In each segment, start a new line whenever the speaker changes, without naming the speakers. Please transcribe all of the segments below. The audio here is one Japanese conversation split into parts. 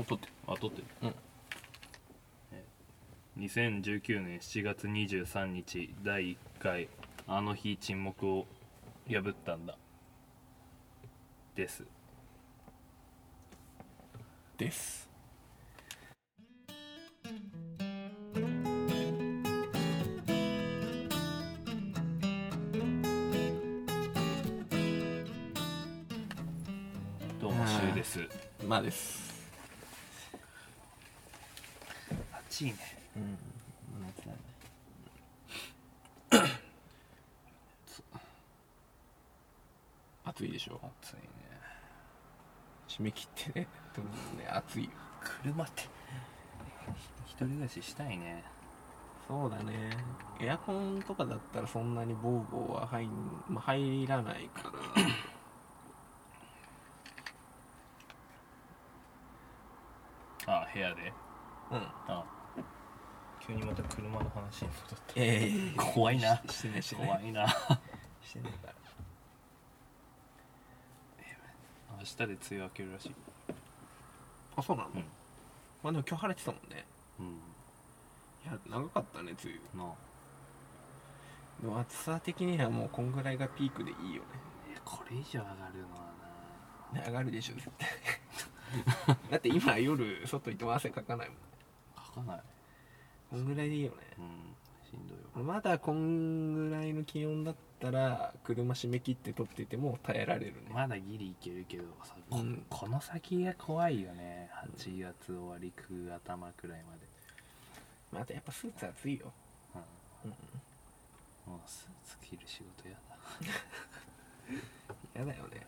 撮ってる
2019年7月23日第1回「あの日沈黙を破ったんだ」です
です
どうもしゅうです
まあです
暑いね
うん暑いでしょ
暑いね
締め切ってねでもね暑いよ
車って一人暮らししたいね
そうだねエアコンとかだったらそんなにボーボーは入ん、まあ、入らないから
あ部屋で
うん
あ急にまた車の話に戻った
ええ
怖いな
ししてないしてない
怖いな
してないから
明日で梅雨明けるらしい
あそうなの、
うん
まあでも今日晴れてたもんね
うん
いや長かったね梅雨
なあ
でも暑さ的にはもうこんぐらいがピークでいいよ
いやこれ以上上がるのはな
ね上がるでしょ絶対 だって今夜外行っても汗かかないもん
書かない
こんぐらいでいいよね
うんしんどいよ
まだこんぐらいの気温だったら車締め切って撮ってても耐えられるね、
まだギリいけるけどさこ,、
うん
この先が怖いよね8月終わり9頭くらいまで、
まあ、あとやっぱスーツ暑いよ
うんもうスーツ着る仕事やだ
嫌だよね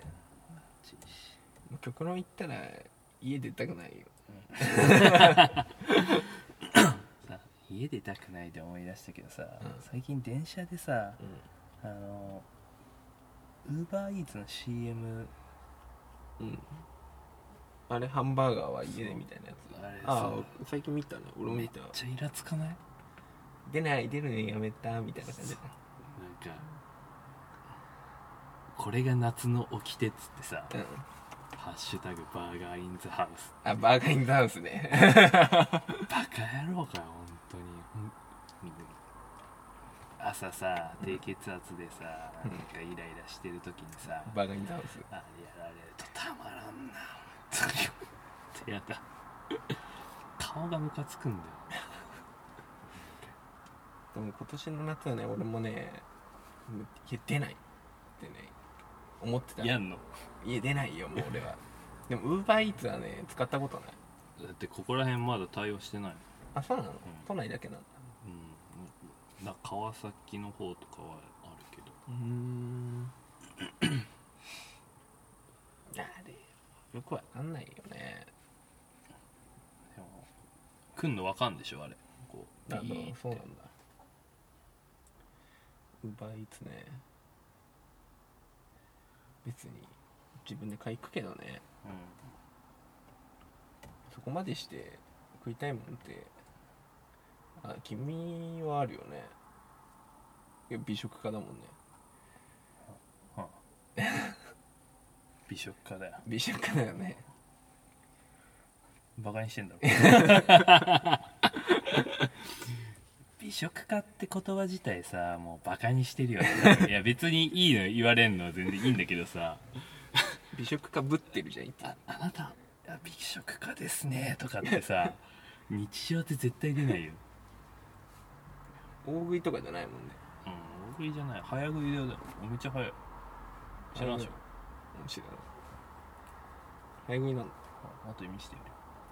暑いし
もう極論言ったら家出たくないよ
さ家出たくないで思い出したけどさ、
うん
最近電車でさあのウーバーイーツの CM
うん、あれハンバーガーは家でみたいなやつ
そうあれ
あ
そう
あ最近見たね俺も
め
見
っ
た
ちゃイラつかない
出ない出るのやめたみたいな感じ
なんかこれが夏の掟っつってさ
うん、
「ハッシュタグバーガーインズハウス」
あバーガーインザハウスね
バカ野郎かよ本当にほん朝さ低血圧でさ、
うん
なんかイライラしてる時にさ、
バーガーインザハウス
あれやられるとたまらんな本当にやだ顔がムカつくんだよ
でも今年の夏はね俺もね家出ないってね思ってた
やんの
家出ないよもう俺 はでもウーバーイーツはね使ったことない
だってここら辺まだ対応してない
あそうなの、都内だけなんだ
うんな川崎の方とかはあるけど
うーんあれよくわかんないよね
でも来んのわかんでしょあれこう
あ
ビーって
そうなんだウーバーイーツね別に自分で買い行くけどね
う
そこまでして食いたいもんってあ君はあるよねいや美食家だもんね
んはあ美食家だよ
美食家だよね
バカにしてんだろ 美食家って言葉自体さもうバカにしてるよ ねいや別にいいの言われんのは全然いいんだけどさ
美食家ぶってるじゃんいつも
ああなたいや美食家ですねとかってさ日常って絶対出ないよ
大食いとかじゃないもんね
うん大食いじゃない早食いだよめっちゃ早い知らんしょ
うん知らない早食いなんだ
あと見して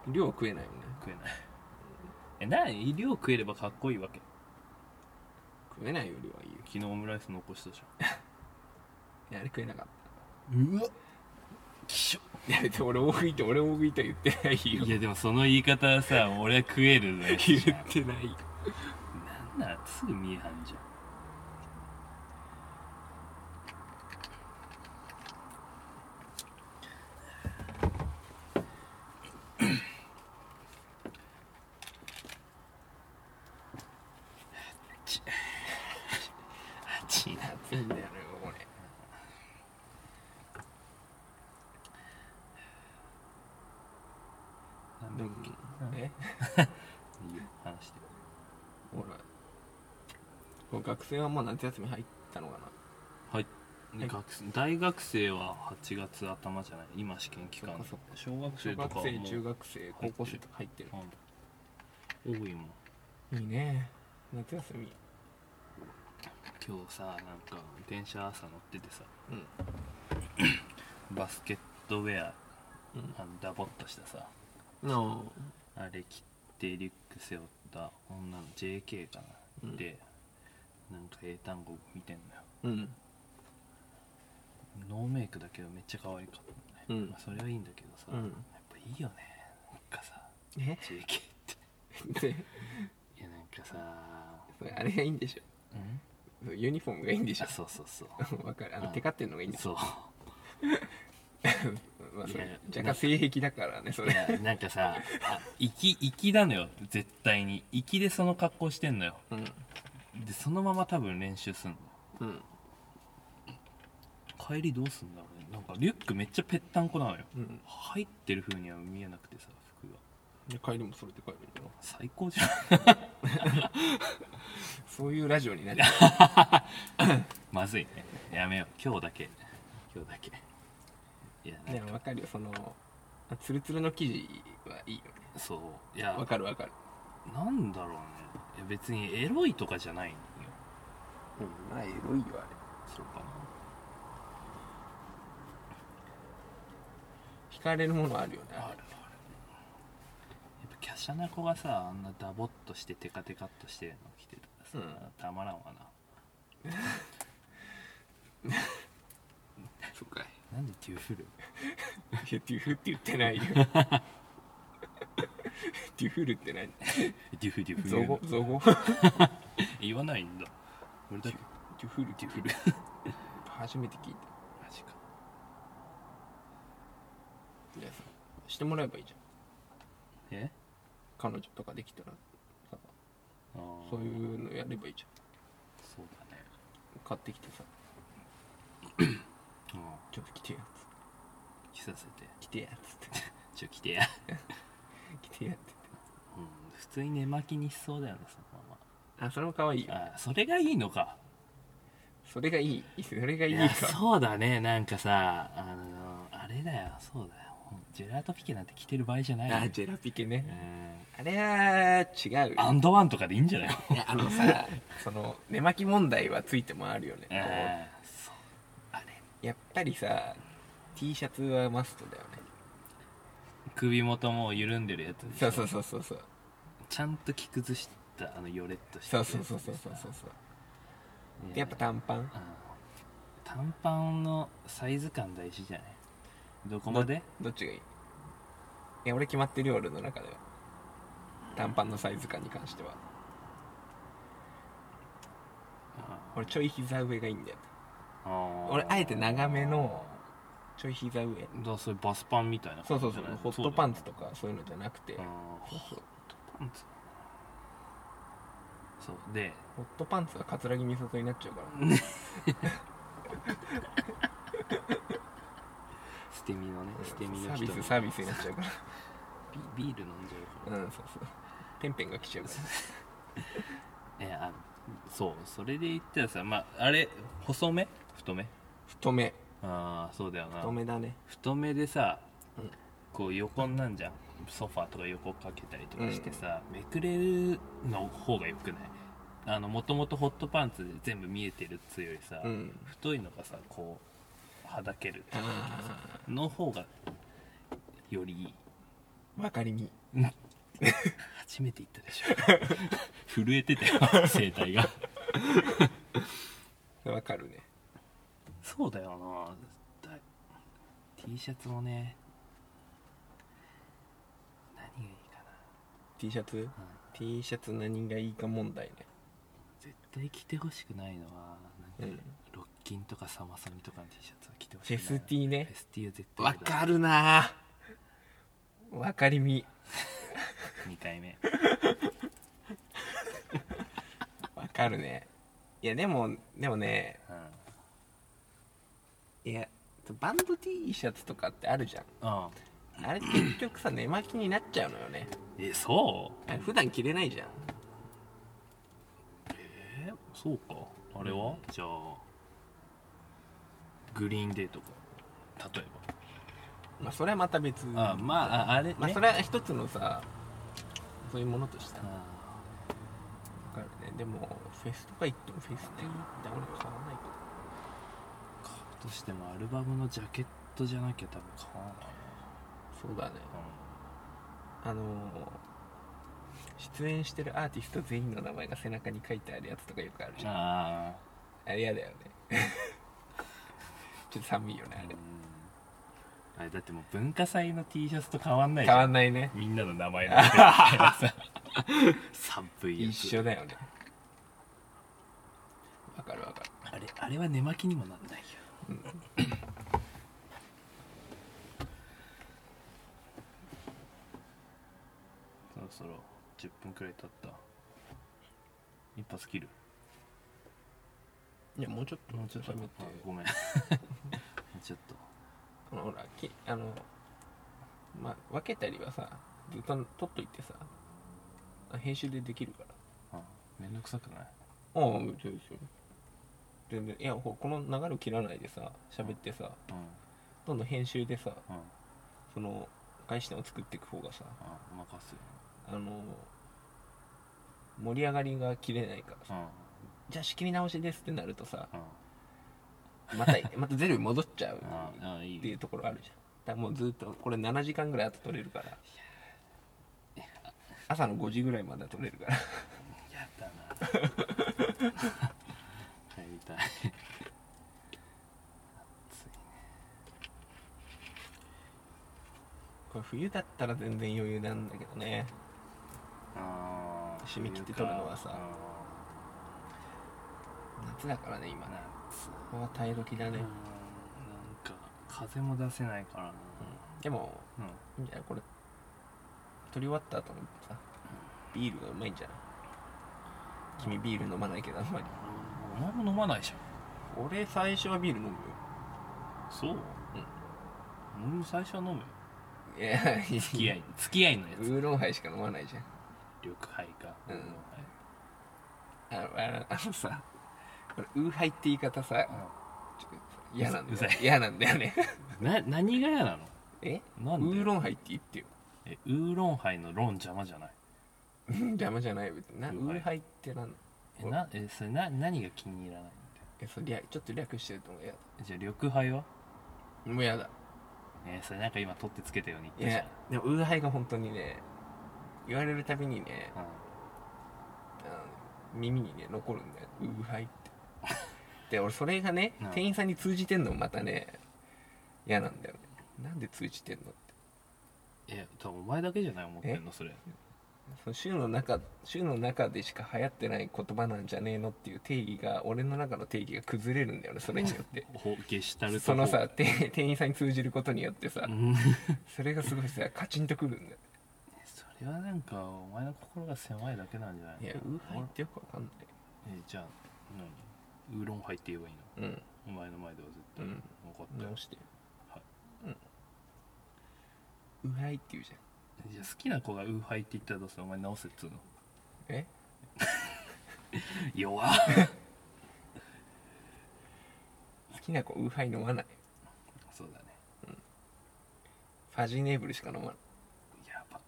みる
量食えないもんね
食えないえ何量食えればかっこいいわけ
食えないよりはいいよ
昨日オムライス残したじ
いやあれ食えなかっ
ゃんうわきしょ
たいやでも俺大食いって俺大食いとは言ってないよ
いやでもその言い方は さ俺は食えるのよ
言ってないよ
なんならすぐ見えはんじゃんちあちいな
暑いんだよねこれ
なん
で
だっ
も
け
え
いいよ話して
ほらこれ学生はもう夏休み入ったのかなは
はい、
い
学生大学生は8月頭じゃない今試験期間
そっか
小学
小
生と
学
かはも
生
う
中学生高校生とか入ってる
うん多いもん
いいね夏休み
今日さなんか電車朝乗っててさ
うん
バスケットウェア
うん
あのダボっとしたさ
の
あれ着てリュック背負った女の JK かな、
うん
でなんか英単語見てんのよ
うん
ノーメイクだけどめっちゃ可愛かったね、
うん
まあ、それはいいんだけどさ、
うん
やっぱいいよねなんかさ
え
JK って
で
いやなんかさ
それあれがいいんでしょ
うん
そのユニフォームがいいんでし
あそうそうそう
ょわかるあの
うん
テカってんのがいいんでしょ
そ
まあそ
いや
れ若干性癖だからねそう
い
れ
やなんかさあ粋粋なのよ絶対に粋でその格好してんのよ
うん
でそのまま多分練習すんの
うん
帰りどうすんだろうねなんかリュックめっちゃぺったんこなのよ
うん
入ってる風には見えなくてさ服が
で帰りもそれで帰るんだよ
最高じゃん
そういうラジオになっちゃう
まずいねやめよう今日だけ今日だけいやなん
ね
か、
わかるよそのツルツルの生地はいいよね
そういや
わかるわかる、
なんだろうねいや別にエロいとかじゃないのよ
うん、まあエロいよあれ
そうか
惹かれるものあるよね
なあるあるやっぱ華奢な子がさあんなダボっとしてテカテカっとしてるの着てたらさ、たまらんわな
そうかい
なんでデュフ
い
ル
やデュフって言ってないよデュフルって何
デュフデュフ
造語造語
言わないんだ俺だけ
デュフルデュフル初めて聞い
マジか
たいやさしてもらえばいいじゃん
え
彼女とかできたらさ
あ
そう
う
いうのやればいいじ
そうだね
ゃん買ってきてさ
うん
ちょっと来てやっつっ
着させて
て来てやっつって
ちょ着てや
来てやっつって
うん普通に寝巻きにしそうだよねそのま
あそれも可愛いよ
まあーそれがいいのか
それがいいそれがいい
や
か
そうだねなんかさあのあれだよそうだよジェラートピケなんて着てる場合じゃないよ
あジェラピケ
う
ね
ん
あれは違うよ
アンドワンとかでいいんじゃないの
いやあのさ その寝巻き問題はついてもあるよね、
えーそうあれ
やっぱりさ T シャツはマストだよね
首元も緩んでるやつでし
そ
ょ
うそうそうそうそう
ちゃんと着崩したあのヨレっとした
そ
や
う
つ
そ
で
う
さ
そうそうそうそうそう
い
でやっぱ短パン
うん短パンのサイズ感大事じゃないどこまで
どっちがいいいや俺決まってるよ俺の中では短パンのサイズ感に関しては
あ
俺ちょい膝上がいいんだよ
ー
俺あえて長めのちょい膝上
だからそれバスパンみたいな
そ
感
うそうそ
じじゃ
う
ない
ホットパン
ツ
ツとかそういうのじゃなくて
ホッ
そうそう
トパンツそうで
ホットパンツは桂木美里になっちゃうから
捨て身のね捨て身
サ
の
ービ
人
ス
に
サービスになっちゃうから
ビビール飲んじゃうから
うんそうそうペンペンが来ちゃうから
えあそうそれで言ったらさまああれ細め太め
太め
ああそうだよな
太めだね
太めでさ、
うん
こう横になんじゃんソファーとか横かけたりとかしてさ、めくれるの方がよくないあのもともとホットパンツで全部見えてる強いさ、
うん
太いのがさこうはだける
あ
の方がよりいい
あ分かりみ
初めて言ったでしょ 震えてたよ声帯が
分かるね
そうだよなだ T シャツもね何がいいか
T シャツ
な、うん
T シャツ何がいいか問題ね
絶対着てほしくないのはなんか
うん
ロッキンとかサマソニとかの T シャツは着てほし
フ
く
ェ
ない
スティね
フェスティは絶対
わかるなぁわかりみ
2回目
わかるねいやでもでもね
うんうん
いやバンド T シャツとかってあるじゃんあれって結局さ寝巻きになっちゃうのよね
えそう
あれ普段着れないじゃん
えーそうかあれは、じゃあグリーンデーとか例え
まあそれはまた別
ばあまあああれね、
まあそれは一つのさそういうものとしてわ
あ
かるねでもフェスとか行ってもフェスでいいって俺買わないか
ー買うとしてもアルバムのジャケットじゃなきゃ多分買わない
らそうだね
な
あのー出演してるアーティスト全員の名前が背中に書いてあるやつとかよくあるじゃん
あ
あれやだよね ちょっと寒いよね
あ
あれ
あれだってもう文化祭の T シャツと変わんないじ
変わ
ゃん
んないね
みんなの名 前なんてさ寒いやつ
一緒だよねわかるわかる
あれあれは寝巻きにもなんないよそろそろ10分くらい経った一発切る
いやもうちょっともうちょっと
あ
食べて
ごめん ちょっと
このほらきあのまあ分けたりはさずっと取っといてさ編集でできるから
あめんどくさくない
ああ別に別に全然いやほこの流れを切らないでさ喋ってさ
うん
どんどん編集でさ
うんうん
その返し点を作っていく方がさ
あ任せ
あの盛り上がりが切れないからさ
うんうん
じゃあ仕切り直しですってなるとさま たまたゼロに戻っちゃう
ああいい
っていうところあるじゃんだからもうずっとこれ7時間ぐらい後取れるから朝の5時ぐらいまでは取れるから
やだ な帰りたい暑いね
これ冬だったら全然余裕なんだけどね
あー
締め切って撮るのはさ
う
夏だからね今
ん
ね
夏
これは耐え時だ
うん
ね、
なんか風も出せないからな
でも
う
いい
ん、
んじゃないこれ撮り終わった後のさビールがうまいんじゃない君ビール飲まないけどあんまり
お前も飲まないじゃん
俺最初はビール飲むよ
そう、俺も最初は飲むよ
いや
付き合い付き合いのや
ウ
つ
ーロンハイしか飲まないじゃん
緑杯か、
うん
はい
あのあのあのさこれウーハイって言い方さちょっと嫌なん
う
だ
ざ
よ
い
嫌なんだよね
な何が嫌なの
え
なんで
ウーロンハイって言ってよ
えウーロンハイのロン邪魔じゃない
うん邪魔じゃないよ別になウ
ウーハイ
ーハイってなん
えなえそれな何が気に入らないんだ
えそりゃちょっと略してると思うや
よじゃあ緑杯は
だもうやだ
えそれなんか今取ってつけたように
い
言ったじゃ
やでもウーハイが本当にね言われるたびにね
ん、
あの耳にね残るんだよウーハイってで俺それがね
うん
店員さんに通じてんのもまたね嫌なんだよねなんで通じてんのって
うん、え多分お前だけじゃない思ってんのそれ
その週の中週の中でしか流行ってない言葉なんじゃねえのっていう定義が俺の中の定義が崩れるんだよねそれによって
ほゲシュタルト
そのさて店員さんに通じることによってさ
うん
それがすごいさカチンとくるんだよ
それはなんかお前の心が狭いだけなんじゃない
い
の
やウーハイってよくわかん
えじゃあ何ウーロンハイって言えばいいの
ないうん
お前の前では絶対、
うん
分かったよ
直して
はい
ウーハイって言うじゃん
じゃあ好きな子がウーハイって言ったらどうするお前直せっつうの
え
弱
好きな子ウーハイ飲まない
そうだね
ファジーネーブルしか飲まない
やば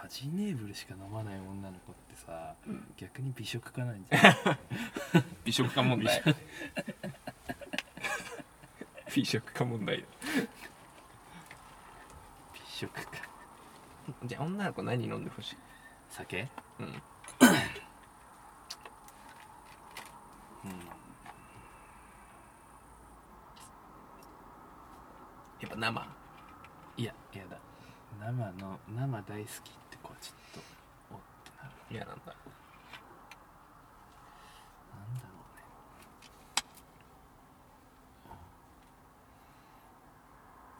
ファジーネーブルしか飲まない女の子ってさ、逆に美食家なんじゃない
美食家問題 美食家問題
美食家
じゃあ女の子何飲んでほしい
酒
うん
うん
やっぱ生
いややだ生の生大好きって子はちょっとおってなる
嫌なんだ
なんだろうね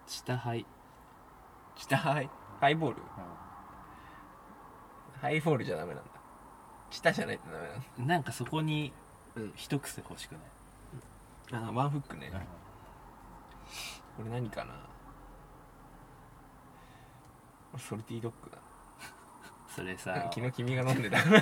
下杯
下ハイハイボール
う
ハイボールじゃダメなんだ下じゃないとダメなんだ
んなんかそこに
うん
一癖欲しくない、
あワンフックねこれ何かなソルティドッグだ
それ
な
さ
昨日君が飲んでた
それ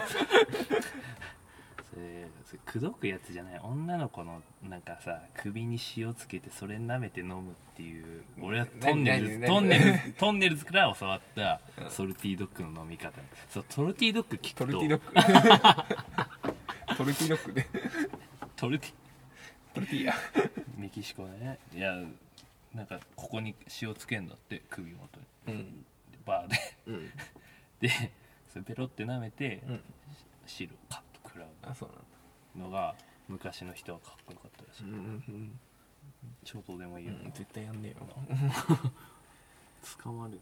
それ口説くやつじゃない女の子のなんかさ首に塩つけてそれ舐めて飲むっていう俺はトンネル
何
ズ
何
トンネル ズトンネルズから教わったソルティドッグの飲み方そうトルティドッグ聞
トルティ
く
ド ッグトルティドッグで
とトルティ
トルティーヤ
メキシコねいやなんかここに塩つけんだって首元に
うん
バーで
うん
で それペロって舐めて、
うん
汁をカッと食ら
あそうなんだ
うのが昔の人はかっこよかったらしい、
うん
ちょうどでもいいよ、
うん絶対やんねえよ
捕まる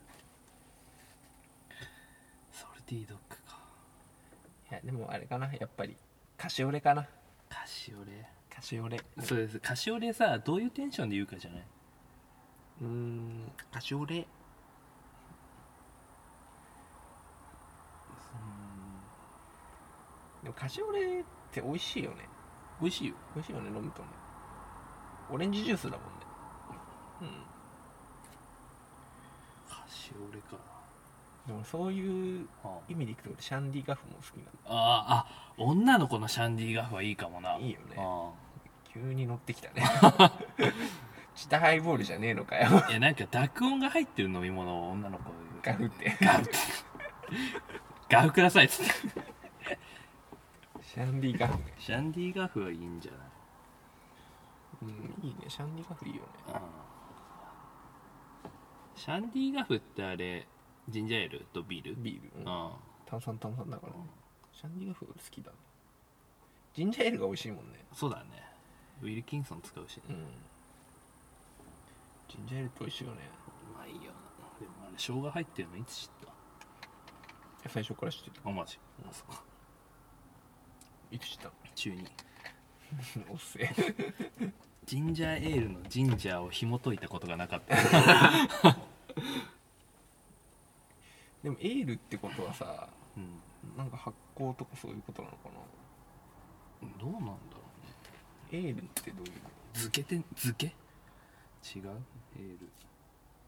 ソルティドッグか
いやでもあれかなやっぱりカシオレかな
カシオレ
カシオレ
そうですカシオレさどういうテンションで言うかじゃない
うんカシオレでもカシオレって美味しいよね
美味しいよ
美味しいよね飲むとねオレンジジュースだもんねうん
カシオレか
でもそういう
あ
意味でいくと俺シャンディガフも好きな
ああ女の子のシャンディガフはいいかもな
のいいよね
あ
急に乗ってきた ねチタハイボールじゃねえのかよ
あいやなんか濁音が入ってる飲み物を女の子が
ガフって
ガウってガウくださいっつって
シャンディガフね
シャンディガフはいいんじゃない
うんいいねシャンディガフいいよね
うんシャンディガフってあれジンジャーエールとビール
ビール、うん
あ
炭酸炭酸だから、
あ
ね、シャンディガフ好きだねジンジャーエールが美味しいもんね
そうだねウィルキンソン使うしね
うんジンジャーエールって美味しいよね
うまいよなでもあれ生姜入ってるのいつ知った
最初から知ってた
あマジあそっか
いつ知ったの
中に
おっせえ
ジンジャーエールのジンジャーを紐解いたことがなかった
でもエールってことはさ
うん
なんか発酵とかそういうことなのかな
どうなんだろうね
エールってどういう
漬けて漬け違うエール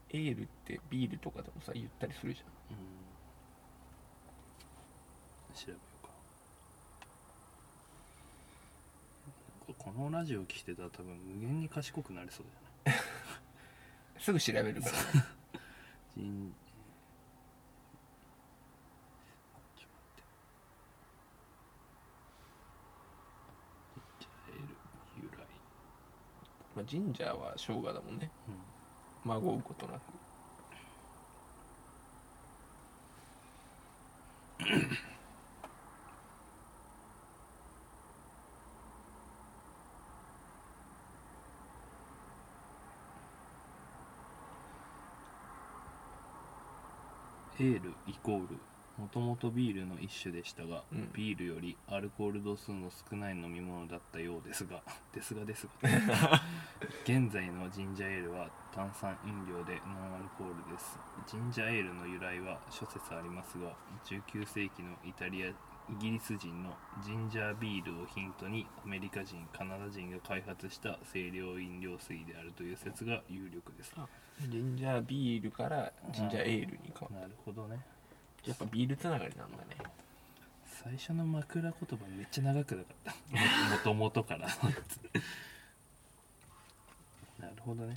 エールってビールとかでもさ言ったりするじゃ
うん調べようかこのラジオ聞いてたら多分無限に賢くなりそうだよね
んすぐ調べる から
ジンちょっと待ってジンジャーエール由来
まあ、ジンジャーは生姜だもんね
うん
まごうことなく
エールイコールもともとビールの一種でしたが、
うん
ビールよりアルコール度数の少ない飲み物だったようですが ですがです が現在のジンジャーエールは炭酸飲料でノンアルコールですジンジャーエールの由来は諸説ありますが19世紀のイタリアイギリス人のジンジャービールをヒントにアメリカ人カナダ人が開発した清涼飲料水であるという説が有力です
ジンジャービールからジンジャーエールに変わる
なるほどね
やっぱビールつながりなんだね
最初の枕言葉めっちゃ長くなか ったもともとからなるほどね